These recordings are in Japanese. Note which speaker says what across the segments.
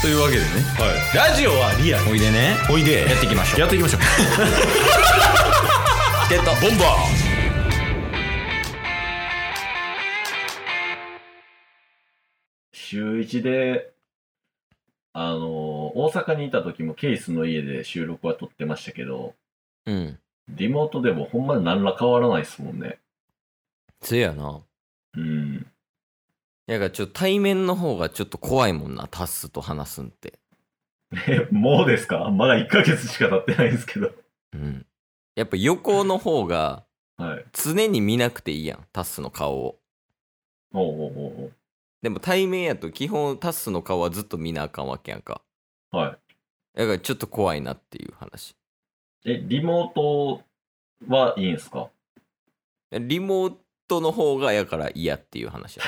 Speaker 1: というわけでね
Speaker 2: はい、ラジオはリアル
Speaker 1: おいでね
Speaker 2: おいで
Speaker 1: やっていきましょう
Speaker 2: やっていきましょう
Speaker 1: ゲット
Speaker 2: ボンバ
Speaker 3: 週1で、あのー大阪にいた時もケイスの家で収録は撮ってましたけど、
Speaker 1: うん
Speaker 3: リモートでもほんまに何ら変わらないですもんね。
Speaker 1: せやな
Speaker 3: うん。
Speaker 1: やがちょっと対面の方がちょっと怖いもんなタスと話すんって
Speaker 3: え、もうですかまだ1ヶ月しか経ってないんですけど。
Speaker 1: うんやっぱ横の方が
Speaker 3: はい。
Speaker 1: 常に見なくていいやんタスの顔を
Speaker 3: おうおうおう
Speaker 1: でも対面やと基本タスの顔はずっと見なあかんわけやんか
Speaker 3: おうはい。
Speaker 1: やからちょっと怖いなっていう話
Speaker 3: え、リモートはいいんすか
Speaker 1: リモートの方がやから嫌っていう話や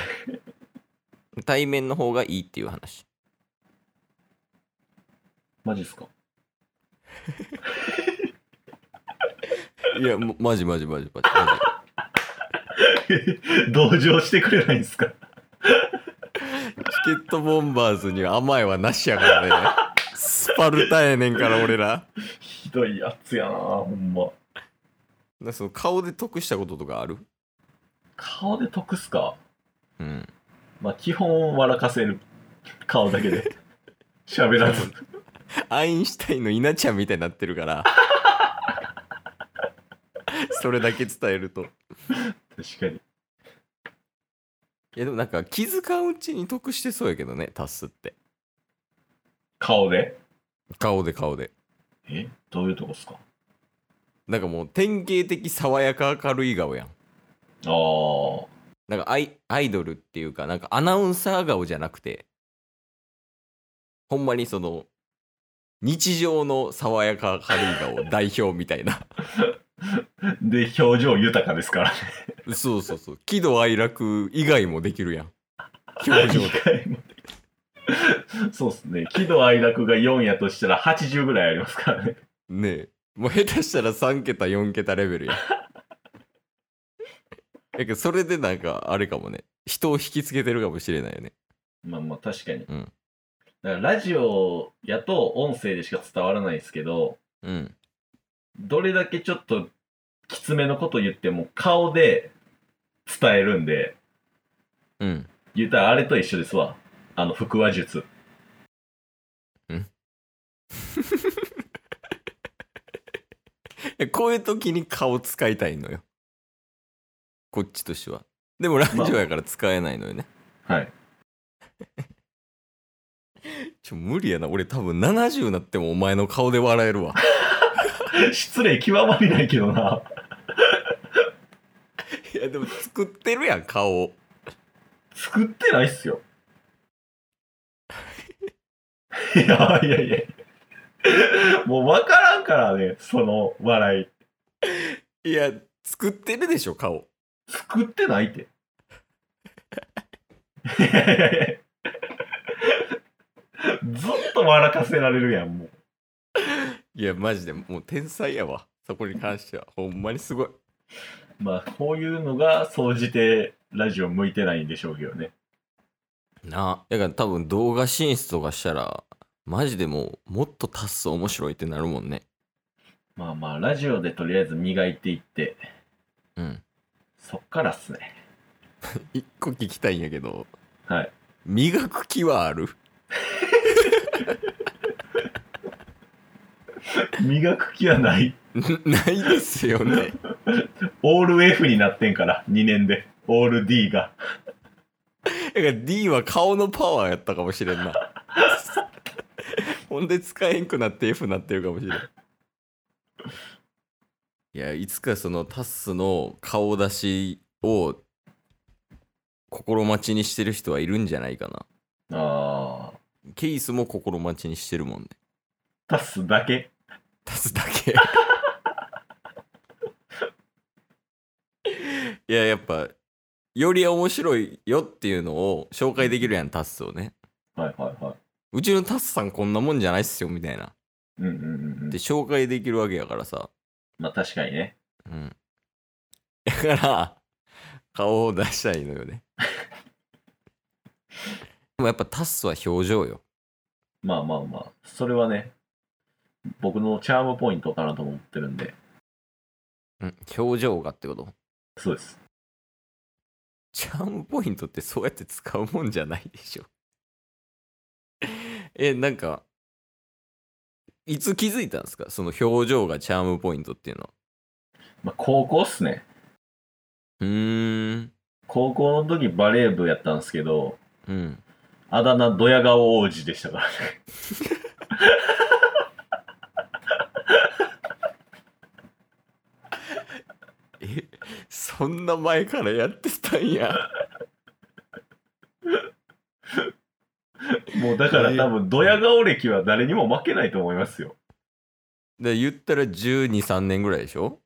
Speaker 1: 対面の方がいいっていう話
Speaker 3: マジっすか
Speaker 1: いやもマジマジマジマジマジ
Speaker 3: 同情してくれないんすか
Speaker 1: チケットボンバーズには甘えはなしやからね。スパルタやねんから俺ら。
Speaker 3: ひどいやつやなほんま。
Speaker 1: なその顔で得したこととかある
Speaker 3: 顔で得すか
Speaker 1: うん。
Speaker 3: まあ、基本笑かせる。顔だ けで。喋らず。
Speaker 1: アインシュタインの稲ちゃんみたいになってる から。それだけ伝えると。い
Speaker 3: 確かに。
Speaker 1: やでもなんか気づかんうちに得してそうやけどね、タスって。
Speaker 3: 顔で
Speaker 1: 顔で顔で。
Speaker 3: えどういうとこっすか
Speaker 1: なんかもう典型的爽やか明るい顔やん。
Speaker 3: ああ。
Speaker 1: なんかアイアイドルっていうかなんかアナウンサー顔じゃなくてほんまにその日常の爽やか軽い顔代表みたいな
Speaker 3: で、表情豊かですからね。
Speaker 1: そうそうそう喜怒哀楽以外もできるやん表 情で
Speaker 3: そうっすね。喜怒哀楽が4やとしたら80ぐらいありますからね。
Speaker 1: ねえもう下手したら3桁4桁レベ ルやんやけどそれでなんかあれかもね人を引きつけてるかもしれないよね
Speaker 3: まあまあ、確かに。
Speaker 1: うん
Speaker 3: だからラジオやと音声でしか伝わらないですけど、
Speaker 1: うん
Speaker 3: どれだけちょっときつめのこと言っても顔で伝えるんで、
Speaker 1: うん
Speaker 3: 言ったらあれと一緒ですわ。あの、腹話術。
Speaker 1: えこういう時に顔使いたいのよ。こっちとしては。でもラジオやから使えないのよね。
Speaker 3: はい。
Speaker 1: ちょ、無理やな。俺多分70になってもお前の顔で笑えるわ。
Speaker 3: 失礼極まりないけどな。
Speaker 1: いや、でも作ってるやん、顔を。
Speaker 3: 作ってないっすよ。いやいやいや。もう分からんからね、その笑い。
Speaker 1: いや、作ってるでしょ、顔。
Speaker 3: 作ってないって。いやいやいやずっと笑かせられるやん、もう。
Speaker 1: いや、マジでもう天才やわ。そこに関しては。ほんまにすごい。
Speaker 3: まあ、こういうのが総じてラジオ向いてないんでしょうけどね。
Speaker 1: なあ。だから多分動画進出とかしたら、マジでもう、もっと達す面白いってなるもんね。
Speaker 3: まあまあ、ラジオでとりあえず磨いていって、
Speaker 1: うん。
Speaker 3: そっからっすね。
Speaker 1: 一個聞きたいんやけど。
Speaker 3: はい。
Speaker 1: 磨く気はある
Speaker 3: 磨く気はない。
Speaker 1: ん ないですよね。
Speaker 3: オール F になってんから、2年で。オール D が。
Speaker 1: だから D は顔のパワーやったかもしれんな。ほんで使えんくなって F になってるかもしれん。いや、いつかそのタッスの顔出しを心待ちにしてる人はいるんじゃないかな。
Speaker 3: ああ。
Speaker 1: ケイスも心待ちにしてるもんね。
Speaker 3: タスだけ。
Speaker 1: タスだけ。いや、やっぱ、より面白いよっていうのを紹介できるやん、タッスをね。
Speaker 3: はいはいは
Speaker 1: うちのタスさんこんなもんじゃないっすよみたいな。
Speaker 3: い。うんうんうんうん
Speaker 1: で、。紹介できるわけやからさ。
Speaker 3: まあ確かにね。
Speaker 1: うん。だから、顔を出したいのよね。でもやっぱタスは表情よ。
Speaker 3: まあまあまあ、それはね、僕のチャームポイントかなと思ってるんで、
Speaker 1: うん、表情がってこと
Speaker 3: そうです。
Speaker 1: チャームポイントってそうやって使うもんじゃないでしょ。 え、なんか、いつ気づいたんですかその表情がチャームポイントっていうのは。
Speaker 3: まあ、高校っすね。
Speaker 1: うーん。
Speaker 3: 高校の時バレー部やったんですけど、
Speaker 1: うん。
Speaker 3: あだ名ドヤ顔王子でした からね。
Speaker 1: え、そんな前からやってたんや。
Speaker 3: もうだから多分ドヤ顔歴は誰にも負けないと思いますよ。
Speaker 1: で言ったら12、3年ぐらいでしょ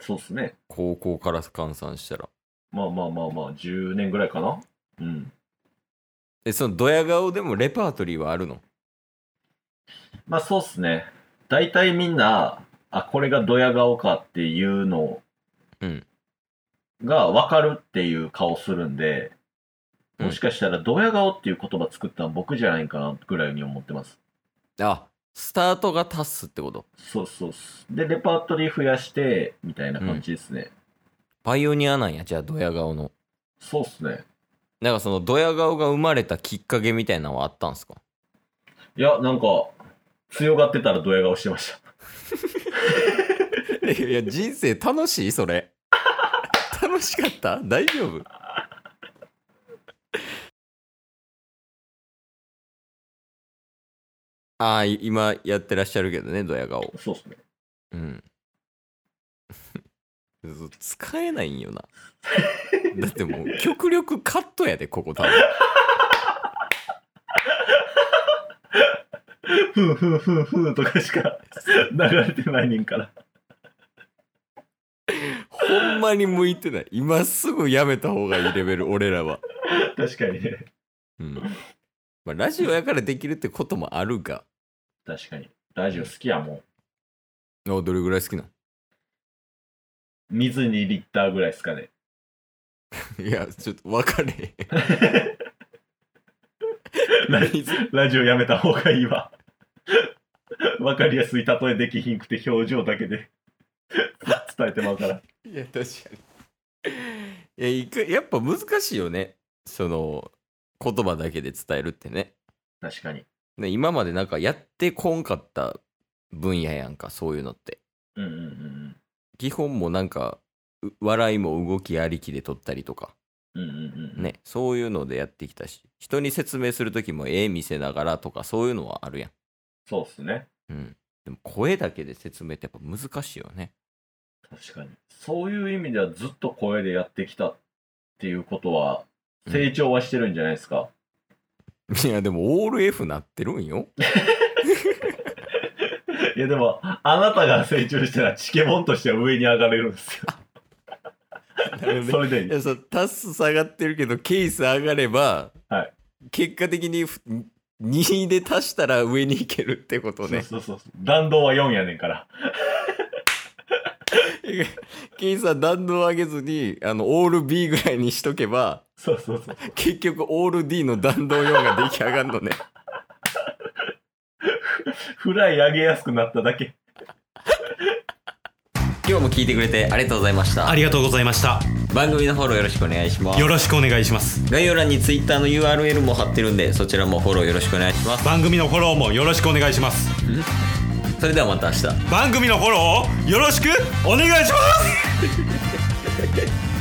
Speaker 3: そうっすね。
Speaker 1: 高校から換算したら。
Speaker 3: まあまあまあまあ、10年ぐらいかな。うん。
Speaker 1: え、そのドヤ顔でもレパートリーはあるの
Speaker 3: まあそうっすね。大体みんな、あ、これがドヤ顔かっていうの
Speaker 1: うん
Speaker 3: が分かるっていう顔するんで、
Speaker 1: うん
Speaker 3: もしかしたらドヤ顔っていう言葉作ったの僕じゃないかなぐらいに思ってます。
Speaker 1: あ、スタートが足すってこと。
Speaker 3: そうそうっす。で、レパートリー増やして、みたいな感じですね。
Speaker 1: パイオニアなんや、じゃあドヤ顔の。
Speaker 3: そうっすね。
Speaker 1: なんかそのドヤ顔が生まれたきっかけみたいなのはあったんですか
Speaker 3: いや、なんか、強がってたらドヤ顔してまし
Speaker 1: い
Speaker 3: た。
Speaker 1: やいや人生楽しいそれ 楽しかった大丈夫ああい今やってらっしゃるけどねドヤ顔
Speaker 3: そうっすね。
Speaker 1: うん そう使えないんよなだってもう極力カットやでここ多分
Speaker 3: ふうふうふうふうとかしか流れてないねんから。
Speaker 1: ほんまに向いてない今すぐやめた方がいいレベル俺らは
Speaker 3: 確かにね。
Speaker 1: うんまあラジオやからできるってこともあるが
Speaker 3: 確かに。ラジオ好きやもん。
Speaker 1: あどれぐらい好きなの
Speaker 3: 水2リッターぐらいですかね。
Speaker 1: いや、ちょっと分かれへん。
Speaker 3: ラ ジ
Speaker 1: 水
Speaker 3: ラジオやめた方がいいわ。わかりやすい例えできひんくて表情だけで伝えてまうから。
Speaker 1: いや、確かに。いやいく、やっぱ難しいよね。その、言葉だけで伝えるってね。
Speaker 3: 確かに。
Speaker 1: ね今までなんかやってこんかった分野やんか、そういうのって。
Speaker 3: うんうんうんうん。
Speaker 1: 基本もなんか、う笑いも動きありきで撮ったりとか、
Speaker 3: うんうんうん、
Speaker 1: ね、そういうのでやってきたし、人に説明するときも絵見せながらとか、そういうのはあるやん。
Speaker 3: そうっすね。
Speaker 1: うん。でも声だけで説明ってやっぱ難しいよね。
Speaker 3: 確かに。そういう意味ではずっと声でやってきたっていうことは、成長はしてるんじゃないですか。
Speaker 1: いや、でもオール F なってるんよ。
Speaker 3: いやでも、あなたが成長したらチケモンとしては上に上がれるんですよ。それでいい
Speaker 1: い。やそうタス下がってるけどケース上がれば、
Speaker 3: はい
Speaker 1: 結果的に2で足したら上に行けるってことね
Speaker 3: そうそうそう。弾道は4やねんから。
Speaker 1: ケースは弾道を上げずにあのオール B ぐらいにしとけば
Speaker 3: そうそうそう。
Speaker 1: 結局オール D の弾道4が出来上がるのね
Speaker 3: フライ上げやすくなっただけ。
Speaker 1: 今日も聞いてくれてありがとうございました
Speaker 2: ありがとうございました。
Speaker 1: 番組のフォローよろしくお願いしま
Speaker 2: よろしくお願いします。
Speaker 1: 概要欄に Twitter の URL も貼ってるんでそちらもフォローよろしくお願いします
Speaker 2: 番組のフォローもよろしくお願いします。
Speaker 1: それではまた明日
Speaker 2: 番組のフォローをよろしくお願いします